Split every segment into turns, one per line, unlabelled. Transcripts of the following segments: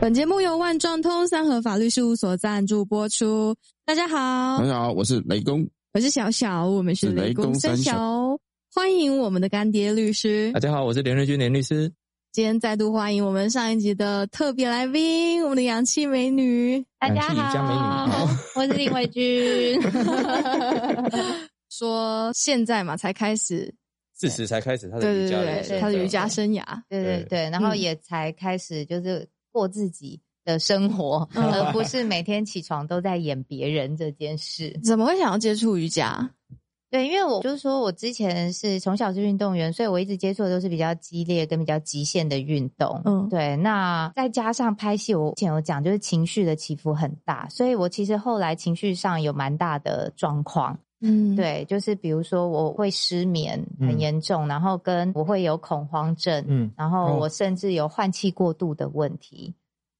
本节目由万状通三和法律事务所赞助播出。大家好
大，
嗯
家好，我是雷公。
我是小小，我们是
是雷
雷公
公
三
三
小，欢迎我们的干爹律师
大。家好，我是连瑞君连律师。
今天再度欢迎我们上一集的特别来宾，我们的洋气美女。
大家
感谢宜家美女
好，我是林慧君。
说现在嘛才开始，
四十才开始他的
对
瑜伽
对对，
人生，
她的瑜伽
是
生涯，
对
对
对对，然后
嗯
也才开始就是过自己的生活，
嗯
而不是每天起床都在演别人这件事。
怎么会想要接触瑜伽？
对，因为我就是说我之前是从小是运动员，所以我一直接触的都是比较激烈跟比较极限的运动。
嗯
对。那再加上拍戏，我之前有讲，就是情绪的起伏很大，所以我其实后来情绪上有蛮大的状况。
嗯，
对，就是比如说我会失眠
嗯
很严重，然后跟我会有恐慌症，
嗯，
然后
哦
我甚至有换气过度的问题。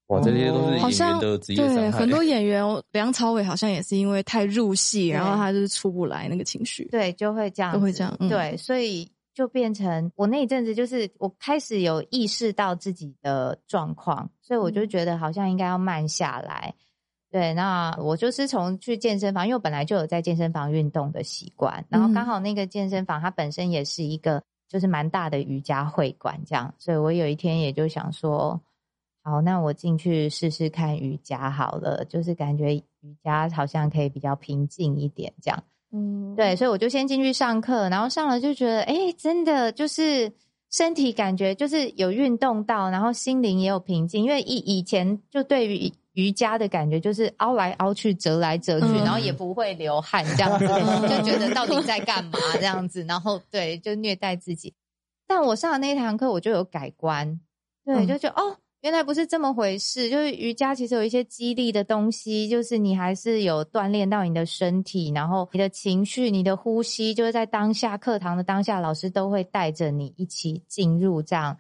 哇，这些都是
好
演
像
员的职业
对
伤害。
很多演员，梁朝伟好像也是因为太入戏，
对
然后他就是出不来那个情绪。
对，就会这样子，
都会这样嗯
对，所以就变成我那一阵子，就是我开始有意识到自己的状况，所以我
嗯
就觉得好像应该要慢下来。对，那我就是从去健身房，因为我本来就有在健身房运动的习惯，然后
嗯
刚好那个健身房它本身也是一个就是蛮大的瑜伽会馆这样，所以我有一天也就想说，好，那我进去试试看瑜伽好了，就是感觉瑜伽好像可以比较平静一点这样。
嗯，
对，所以我就先进去上课，然后上了就觉得，哎，真的就是身体感觉就是有运动到，然后心灵也有平静。因为以以前就对于瑜伽的感觉就是凹来凹去、折来折去，
嗯
然后也不会流汗这样子，
嗯
就觉得到底在干嘛这样子，然后对，就虐待自己。但我上了那一堂课，我就有改观，对，
嗯
就觉得哦，原来不是这么回事。就是瑜伽其实有一些激励的东西，就是你还是有锻炼到你的身体，然后你的情绪、你的呼吸，就是在当下课堂的当下，老师都会带着你一起进入这样。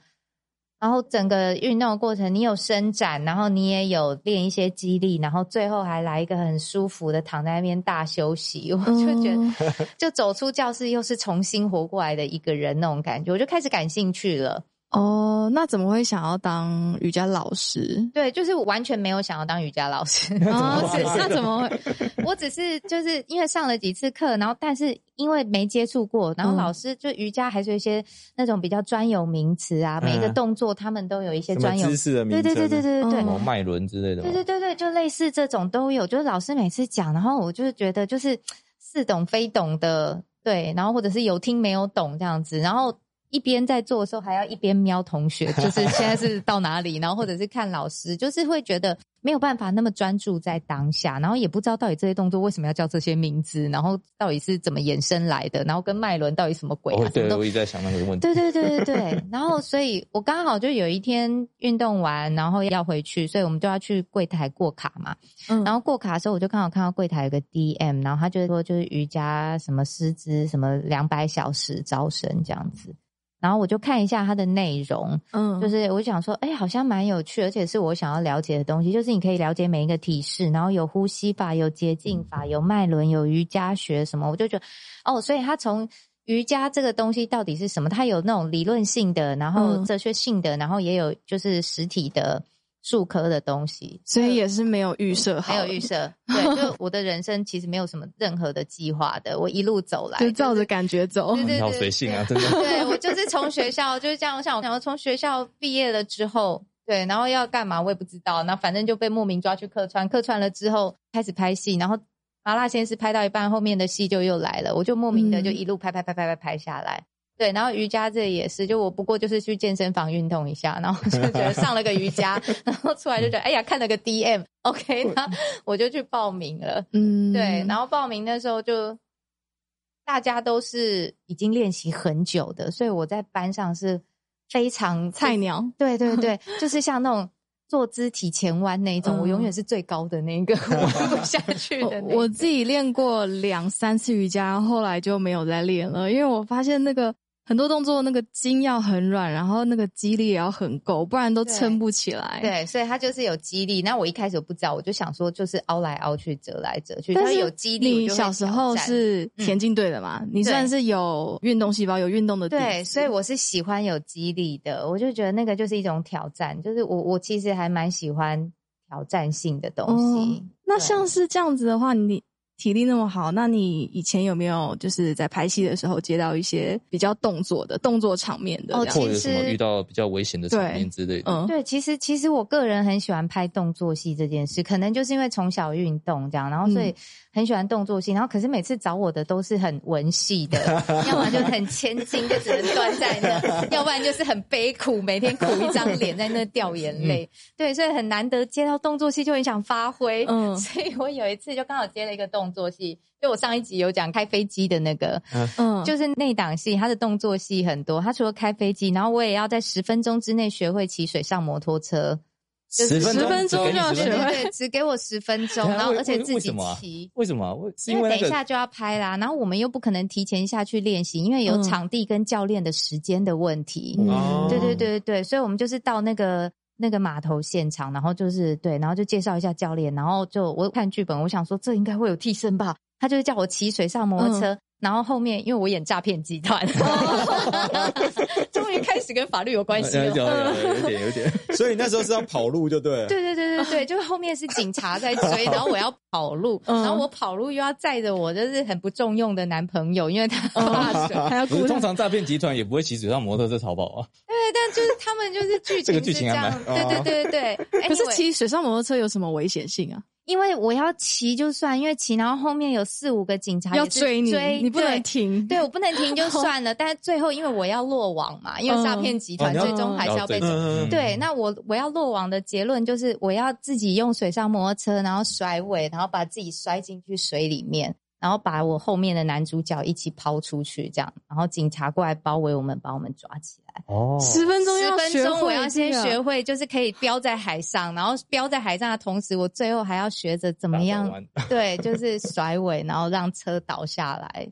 然后整个运动的过程，你有伸展，然后你也有练一些肌力，然后最后还来一个很舒服的躺在那边大休息， 我
嗯，
就觉得就走出教室又是重新活过来的一个人那种感觉，我就开始感兴趣了。？
哦，那怎么会想要当瑜伽老师
对，就是我完全没有想要当瑜伽老师，
啊，
我
是
只
那
是
怎么 会？
我只是就是因为上了几次课，然后但是因为没接触过，然后
嗯
老师就瑜伽还是有一些那种比较专有名词啊，每一个
嗯
动作他们都有一些
什么
专有
知，识的
对
名
对对对对对对
什么
嗯
脉轮之类的吗，
对对对对，就类似这种都有。就是老师每次讲，然后我就是觉得就是似懂非懂的，对，然后或者是有听没有懂这样子，然后一边在做的时候还要一边瞄同学， 就是现在是到哪里，然后或者是看老师，就是会觉得没有办法那么专注在当下，然后也不知道到底这些动作为什么要叫这些名字，然后到底是怎么衍生来的，然后跟脉轮到底什么鬼
哦，，
啊什么
对，
都
我一直在想那个问题。
对对对对对。然后，所以我刚好就有一天运动完，然后要回去，所以我们就要去柜台过卡嘛。
嗯
然后过卡的时候，我就刚好看到柜台有个 DM，然后他就说就是瑜伽什么师资什么两百小时招生这样子。然后我就看一下它的内容，
嗯，
就是我想说，哎、好像蛮有趣，而且是我想要了解的东西。就是你可以了解每一个体式，然后有呼吸法、有捷径法、
嗯
有脉轮、有瑜伽学什么，我就觉得哦，所以他从瑜伽这个东西到底是什么？它有那种理论性的，然后
嗯
哲学性的，然后也有就是实体的术科的东西，
所以也是没有预设好，
还有预， 设。对，就我的人生其实没有什么任何的计划的，我一路走来
就照着感觉走。
对对
你好
对
随性啊，真的。
对我就是从学校就是这样，我想，然后从学校毕业了之后，对，然后要干嘛我也不知道，那反正就被莫名抓去客串，客串了之后开始拍戏，然后麻辣鲜师拍到一半，后面的戏就又来了，我就莫名的
嗯
就一路拍拍拍拍拍拍下来。对，然后瑜伽这也是，就我不过就是去健身房运动一下，然后就觉得上了个瑜伽， 然后出来就觉得哎呀看了个 DM，OK，、那我就去报名了。
嗯，
对，然
后
后报名的时候就大家都是已经练习很久的，所以我在班上是非常
菜。鸟，
对 对对，就是像那种坐姿体前弯那一种，
嗯
我永远是最高的 那一个，我弯不下去的
我
那一个
我自己练过两三次瑜伽，后来就没有再练了，因为我发现那个很多动作那个筋要很软，然后那个肌力也要很够，不然都
对
撑不起来。，
对，所以它就是有肌力。那我一开始不知道，我就想说就是凹来凹去，折来折去，
但
它
是
有肌力。
你
我就会
小时
挑
候
战嗯
是田径队的嘛？你算是有运动细胞、有运动的底
对，
子
所以我是喜欢有激励的，我就觉得那个就是一种挑战，就是我我其实还蛮喜欢挑战性的东西。
那
对
像是这样子的话，你体力那么好，那你以前有没有就是在拍戏的时候接到一些比较动作的动作场面的
哦
这样子？
或者有什么
其实
遇到比较危险的场面之类的，
嗯，
对，其实其实我个人很喜欢拍动作戏这件事，可能就是因为从小运动这样，然后
嗯
所以很喜欢动作戏，然后可是每次找我的都是很文戏的， 要么就是很千金，就只能端在那，要不然就是很悲苦，每天苦一张脸在那掉眼
嗯
泪。对，所以很难得接到动作戏，就很想发挥。
嗯
所以我有一次就刚好接了一个动作戏，就我上一集有讲开飞机的那个，
嗯，
就是那档戏，它的动作戏很多。它除了开飞机，然后我也要在十分钟之内学会骑水上摩托车。
十分
十分钟
只给
就
你
要
10分
学
钟
会
对对，只给我十 分钟，
等一下
然
哦
后
为
而且
为
自
为
己
什么啊
骑。
为什么啊？为是
因
因为
为
那
等一
个
下就要拍啦，然后我们又不可能提前下去练习，因为有
嗯
场地跟教练的时间的问题。
嗯
哦
对对对对对，所以我们就是到那个那个码头现场，然后就是对，然后就介绍一下教练，然后就我看剧本，我想说这应该会有替身吧，他就是叫我骑水上摩托车。
嗯
然后后面，因为我演诈骗集 团，终于开始跟法律有关系
有
了
有。有有点有点，
所以你那时候是要跑路就对了。
对对对对对，就是后面是警察在追， 然后我要跑路，
嗯
然后我跑路又要载着我就是很不重用的男朋友，因为他怕水。
还要
不
鼓
是
掌
通常诈骗集团也不会骑水上摩托车逃跑啊，
对，但就是他们就是剧
这个剧
情是这
情还哦
样，对对对对对。
可是
Anyway
骑水上摩托车有什么危险性啊？
因为我要骑就算，因为骑，然后后面有四五个警察
要
啊也是
追你，
追
你不能
对
停。
对，我不能停就算 了，但是最后因为我要落网嘛，因为诈骗集团
嗯哦
最终还是要被
嗯嗯嗯
对，那我我要落网的结论就是，我要自己用水上摩托车，然后甩尾，然后把自己摔进去水里面，然后把我后面的男主角一起抛出去，这样，然后警察过来包围我们，把我们抓起来。
哦
十分钟
十
要
分
学
钟，
会
我要先
这个
学会，就是可以飙在海上，然后飙在海上的同时，我最后还要学着怎
怎
么样 对，就是甩尾，然后让车倒下来。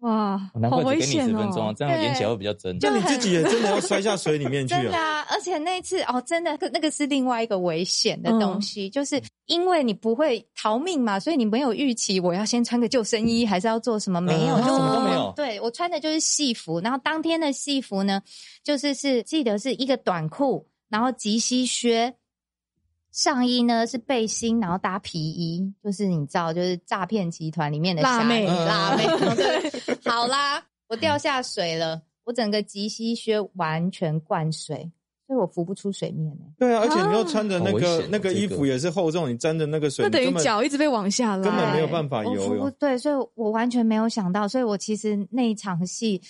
哇，
难
好
怪
危
只给你
险
十分钟啊，
哦！
这样演起来会比较真。
那你自己也真的要摔下水里面去
真的
了。
啊，而且那一次哦，真的那个是另外一个危险的东
嗯
西，就是因为你不会逃命嘛，所以你没有预期我要先穿个救生衣，还是要做什么？没有，
嗯
就
什么都没有
我对我穿的就是戏服，然后当天的戏服呢，就是是记得是一个短裤，然后及膝靴。上衣呢是背心，然后搭皮衣，就是你知道，就是诈骗集团里面的
辣
侠
妹
女
嗯
辣妹。 对，好啦，我掉下水了，我整个及膝靴完全灌水，所以我浮不出水面、欸、
对啊，而且你又穿着那
好危
个、
险哦
那个衣
这个
服也是厚重，你沾着那个水，
那等于
你根本
脚一直被往下拉，欸
根本没有办
哦
法
我
游
服不
泳。
对，所以我完全没有想到，所以我其实那一场戏，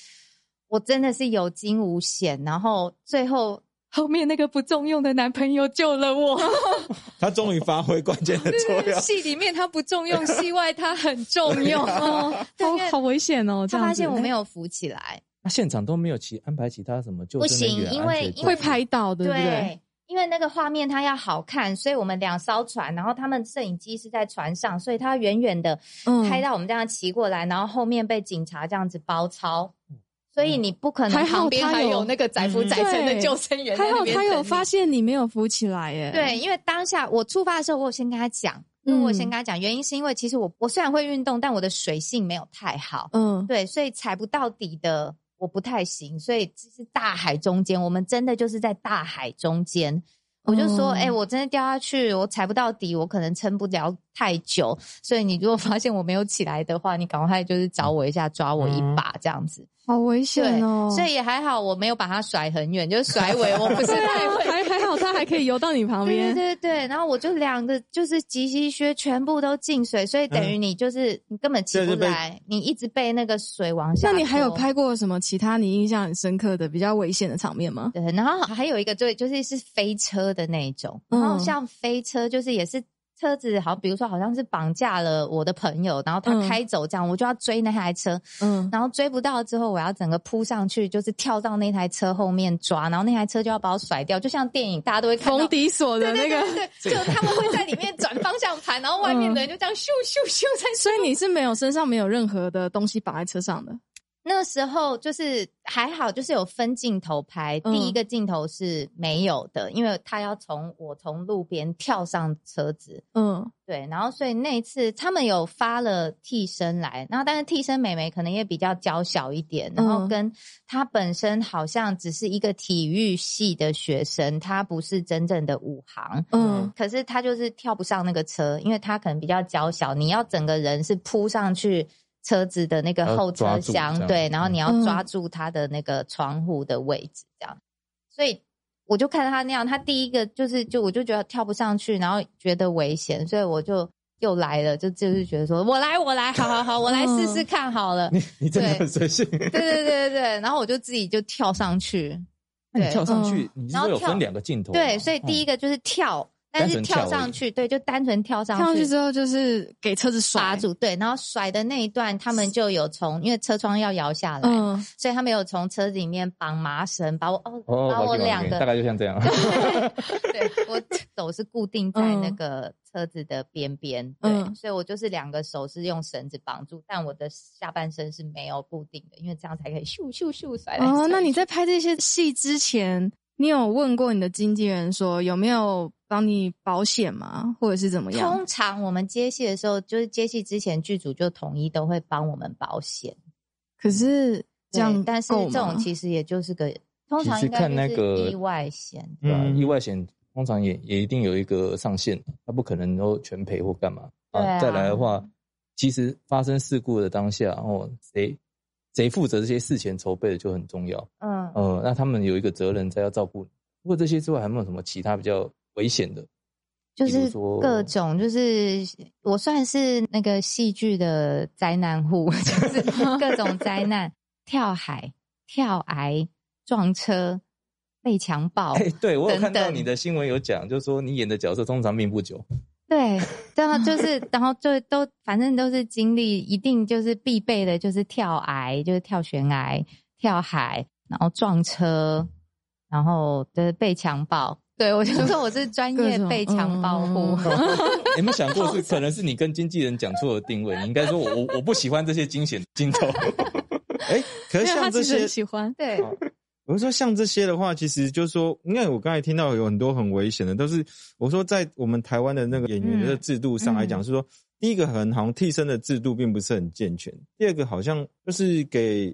我真的是有惊无险，然后最后后面那个不重用的男朋友救了我。
他终于发挥关键的作
啊
用。
戏里面他不重 用，戏外他很重用。哦对因
好
为
好危险哦！这
他
样
发
子
现我没有浮起来，
那现场都没有其安排其他什么救
不
生人
行
员
因
安
为
全
因
措
哎会
施
拍到，对不对？
因为那个画面它要好看，所以我们两艘船，然后他们摄影机是在船上，所以他远远的
嗯
拍到我们这样骑过来，然后后面被警察这样子包抄，所以你不可
嗯还
能
好
旁边
他
还
有嗯
有那个载浮载沉的
对
救生员在
还
那
好
边等你，
他有发现你没有浮起来哎耶。
对，，因为当下我出发的时候，我有先跟他讲，因为我有先跟他讲，原因是因为其实我我虽然会运动，但我的水性没有太好，
嗯，
对，所以踩不到底的我不太行，所以这是大海中间，我们真的就是在大海中间。我就说，
哦
哎、我真的掉下去，我踩不到底，我可能撑不了太久，所以你如果发现我没有起来的话，你赶快就是找我一下，抓我一
嗯
把这样子。
好危
对
险，哦！
所以也还好，我没有把它甩很远，就是甩尾，我不是
对
太
啊，
会
还还好他还可以游到你旁
对
边。
对对对，然后我就两个就是及膝靴全部都进水，所以等
嗯
于你就是、你根本起
对
不
就被
来，你一直被那个水往下
那
拖。
你还有拍过什么其他你印象很深刻的比较危险的场面吗？
对，然后还有一个对，就是是飞车的那一种，然后
嗯
像飞车就是也是车子，好，比如说好像是绑架了我的朋友，然后他
嗯
开走这样，我就要追那台车，
嗯，
然后追不到之后，我要整个扑上去，就是跳到那台车后面抓，然后那台车就要把我甩掉，就像电影大家都会看到
冯迪索的那个，
对，就他们会在里面转方向盘，然后外面的人就这样咻咻咻在。
所以你是没有身上没有任何的东西绑在车上的。
那个时候就是还好，就是有分镜头拍，
嗯
第一个镜头是没有的，因为他要从我从路边跳上车子，
嗯
对，然后所以那一次他们有发了替身来，然后但是替身妹妹可能也比较娇小一点，然后
嗯
跟她本身好像只是一个体育系的学生，她不是真正的武行。
嗯
可是她就是跳不上那个车，因为她可能比较娇小，你要整个人是扑上去车子的那个
要
后车
抓住这
厢，
样
对，然后你要
嗯
抓住她的那个窗户的位置，这样。所以我就看他那样，他第一个就是就我就觉得跳不上去，然后觉得危险，所以我就又来了，就就是觉得说我来我来，好好好，我来试试看好 了。
你真的很随性，
对对对对对，然后我就自己就跳上去，
那
对
你跳上去，你是
然后
说有
跳
分两个镜头啊吗？
嗯对，所以第一
一
个就是跳，但是
单纯跳
跳上去，对，就单纯跳上
跳上
去
去之后就是给车子
抓
甩，
住，对，然后甩的那一段，他们就有从因为车窗要摇下来，
嗯，
所以他们有从车子里面绑麻绳，把我哦，
哦，
把我
了解
两个
大概就像这样。嗯
对我手是固定在那 个车子的边边，对，
嗯
所以我就是两个手是用绳子绑住，但我的下半身是没有固定的，因为这样才可以咻咻咻甩来甩去。
哦，那你在拍这些戏之前，你有问过你的经纪人说有没有帮你保险吗，或者是怎么样？
通常我们接戏的时候，就是接戏之前，剧组就统一都会帮我们保险，
可是这
对
样够吗，
但是这种其实也就是个通常
其实
应该
看那
就是
个
意外险，
对啊
嗯
意外险通常也也一定有一个上限，它不可能都全赔或干嘛
对啊
再来的话，其实发生事故的当下，哦，谁谁负责这些事前筹备的就很重要。
嗯
呃，那他们有一个责任在要照顾你。除了这些之外，还有没有什么其他比较危险的？
就
比如
是
说
各种，就是我算是那个戏剧的灾难户， 就是各种灾难：跳海、跳崖、撞车、被强暴。
哎、对我有
等
看到
等
你的新闻有讲，就是说你演的角色通常命不久。
对，然后就是，然后就都反正都是经历，一定就是必备的，就是跳崖，就是跳悬崖、跳海，然后撞车，然后就是被强暴。对我就说我是专业
各种
被强暴户。
嗯
有没有想过是可能是你跟经纪人讲错了定位？你应该说我我我不喜欢这些惊险 镜头。
哎，可是
没有，他
像
其
这
实很
些，
喜欢，
对，
哦
我是说像这些的话，其实就是说，因为我刚才听到有很多很危险的，都是我说在我们台湾的那个演员的制度上来讲，
嗯
是说第一个很好像替身的制度并不是很健全，第二个好像就是给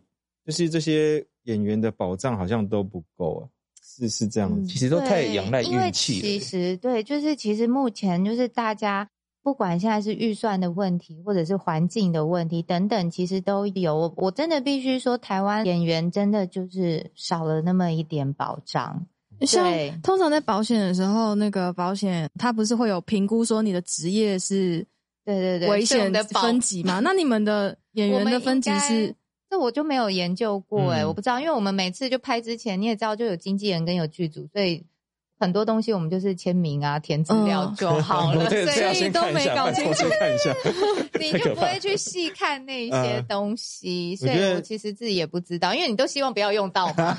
就是这些演员的保障好像都不够啊，是是这样子，
其实都太
对
仰赖
因为
运气了。
其实对，就是其实目前就是大家不管现在是预算的问题，或者是环境的问题等等，其实都有。我我真的必须说，台湾演员真的就是少了那么一点保障。
像
对
通常在保险的时候，那个保险它不是会有评估说你的职业是
对对对，
危
所以我
险
们的保
分级 吗？那你们的演
我
员
们
的分级
应该
是？
这我就没有研究过哎、
嗯
我不知道，因为我们每次就拍之前，你也知道，就有经纪人跟有剧组，所以很多东西我们就是签名啊、填资料
嗯
就 好了，
我这个这
所
要
以
先
都
看一
没
下，
搞
换
清
重
楚
新。看一下。
你
太
就
可
不
怕
会去细看那一些
呃
东西，
我
所
觉
以
得
我其实自己也不知道，因为你都希望不要用到 嘛。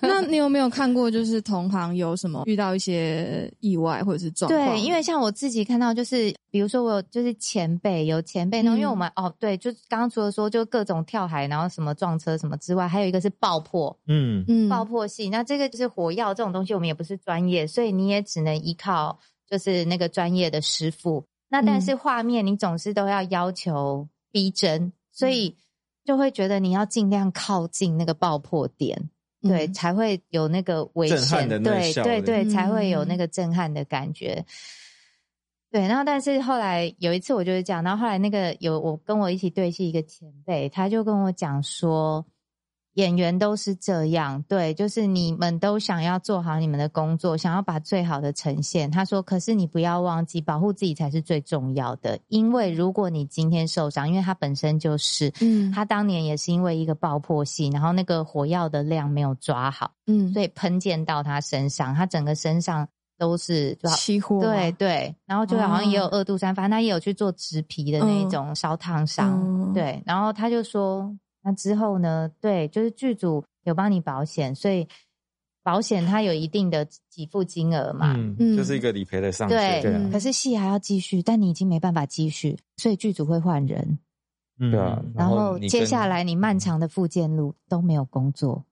那你有没有看过就是同行有什么遇到一些意外或者是状况？
对，因为像我自己看到，就是比如说我有就是前辈有前辈那种，
嗯
因为我们哦对，就刚刚除了说就各种跳海，然后什么撞车什么之外，还有一个是爆破，
嗯，
嗯
爆破戏。那这个就是火药这种东西，我们也不是专业，所以你也只能依靠就是那个专业的师傅。那但是画面你总是都要要求逼真，所以就会觉得你要尽量靠近那个爆破点，对，才会有那个危
震撼
险，
的那
对
效
对
应
对，才会有
嗯
那个震撼的感觉。对，然后但是后来有一次我就是这样，然后后来那个有我跟我一起对戏一个前辈，他就跟我讲说，演员都是这样，对，就是你们都想要做好你们的工作，想要把最好的呈现。他说，可是你不要忘记保护自己才是最重要的，因为如果你今天受伤，因为他本身就是，
嗯
他当年也是因为一个爆破戏，然后那个火药的量没有抓好，
嗯
所以喷溅到他身上，他整个身上都是就好
起火嘛
对对，然后就好像也有二度三反正他也有去做植皮的那一种烧烫伤，
嗯
对，然后他就说，那之后呢，对，就是剧组有帮你保险，所以保险它有一定的给付金额嘛，
嗯
嗯，就是一个理赔的上限，
对，
对啊
嗯
可是戏还要继续，但你已经没办法继续，所以剧组会换人。
嗯
对啊然
然
后
后
你
接
跟
下来你漫长的复健路都没有工作，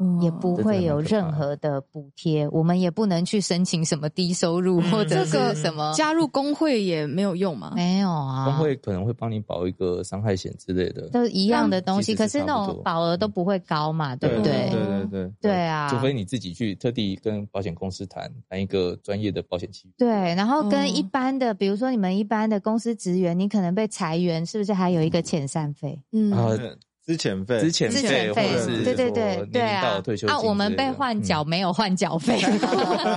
嗯
也不
哦这真的
会
蛮
有
可怕
任
的
何的补贴，我们也不能去申请什么低收入
嗯
或者
这个
是什么，
加入工会也没有用嘛？
没有啊，
工会可能会帮你保一个伤害险之类的，
都一样的东西，
其
可
实是差
是
不
那
多嗯
种保额都不会高嘛，对不
对
对？
对对
对啊，
除非你自己去特地跟保险公司谈，谈一个专业的保险契约。
对，然后跟
嗯
一般的，比如说你们一般的公司职员，你可能被裁员，是不是还有一个遣散费？
嗯，
啊
对，之前费
之前
之
费
前
或
费
者是，
对对对对
到
啊
退休，金
啊，我们
之类
被
的哦
换缴、。没有换 缴费，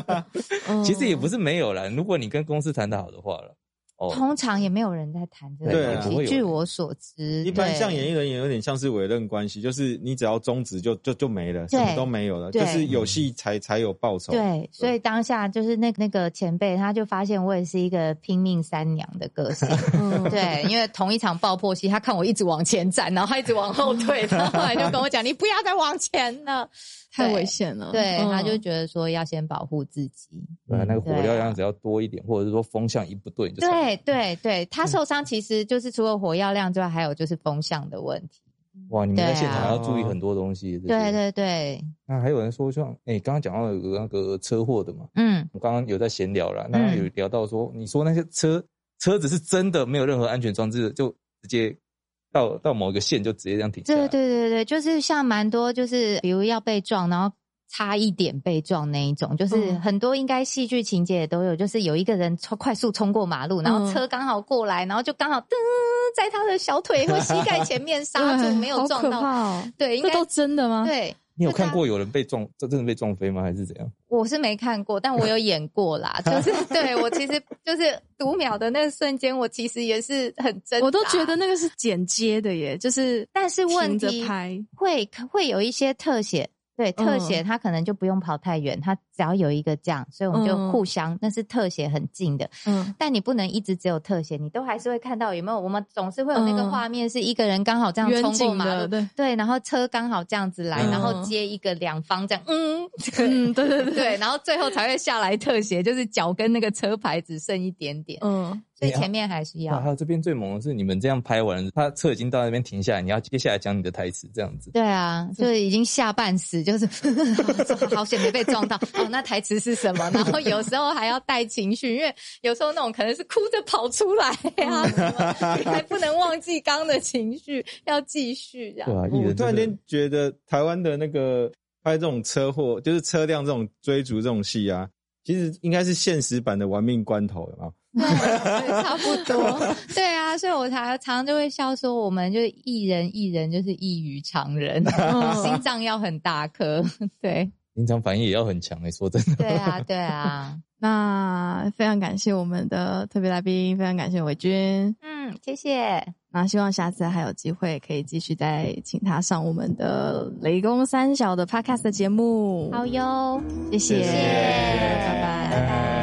嗯
嗯其实也不是没有啦，如果你跟公司谈得好的话了，哦，
通常也没有人在谈这
对
个
啊
东
不
会有
西。据
人
我所知，
一般
对
像演艺人也有点像是委任关系，就是你只要终止就就就没了，什
对
么都没有了，
对
就是有戏才才有报酬。
对，所以当下就是那那个前辈，他就发现我也是一个拼命三娘的个 性，
嗯，
对，因为同一场爆破戏，他看我一直往前站，然后他一直往后退，然后后来就 跟我讲：“你不要再往前了。
太危险了。
对，
嗯
他就觉得说要先保护自己。
本来那个火
对
药
啊
量只要多一点，或者是说风向一不对，你就惨
对对对，他受伤其实就是除了火药量之外，还有就是风向的问题。
哇！你们在
对啊
现场还要注意很多东西。这些
对。对对，
那还有人说像，哎，刚刚讲到有个那个车祸的嘛，
嗯，
我刚刚有在闲聊啦，那有聊到说，你说那些车车子是真的没有任何安全装置的，就直接到到某一个线就直接这样停下来。
对对对对，就是像蛮多就是比如要被撞，然后。差一点被撞那一种，就是
嗯
很多应该戏剧情节也都有，就是有一个人冲快速冲过马路，然后
嗯
车刚好过来，然后就刚好噔在他的小腿或膝盖 前面刹住，
对
没有撞
好可
到。
怕哦。
对，应
这
该
都真的吗？，
对，
你有看过有人被撞，这真的被撞飞吗？还是怎样？
我是没看过，但我有演 过啦。就是对我其实就是读秒的那瞬间，我其实也是很挣扎
我都觉得，那个是剪接的耶，就是
但是问
停着
题
拍，
会会有一些特写，对特
嗯
写他可能就不用跑太远，他只要有一个这样，所以我们就
嗯
互相，那是特写很近的。
嗯
但你不能一直只有特写，你都还是会看到有没有？我们总是会有那个
嗯
画面，是一个人刚好这样
远
冲过
景
马
的，
路。
对，
对，然后车刚好这样子来，
嗯
然后接一个两方这样， 嗯，对，
嗯，对对对，
对，然后最后才会下来特写，就是脚跟那个车牌只剩一点点，
嗯，
所以前面还是
哇，还
要。
有这边最猛的是，你们这样拍完，他车已经到那边停下来，你要接下来讲你的台词，这样子。
对啊，就是已经下半死，就是 好险没被撞 到。哦，那台词是什么？然后有时候还要带情绪，因为有时候那种可能是哭着跑出来 啊，什么你还不能忘记刚刚的情绪， 要继续这样
对。啊，艺
我
人
突
真
然
的
间觉得台湾的那个拍这种车祸，就是车辆这种追逐这种戏啊，其实应该是现实版的《玩命关头》啊。
对，差不 多。对啊，所以我才常常就会笑说，我们就是艺人，艺人就是异于常 人，心脏要很大颗。 对，
临场反应也要很强诶、欸说真的，
对啊，对啊。
那非常感谢我们的特别来宾，非常感谢伟军。
嗯，谢谢。
那希望下次还有机会可以继续再请他上我们的雷公三小的 podcast 的节目。
好哟，
谢谢，
谢谢
拜拜
拜拜。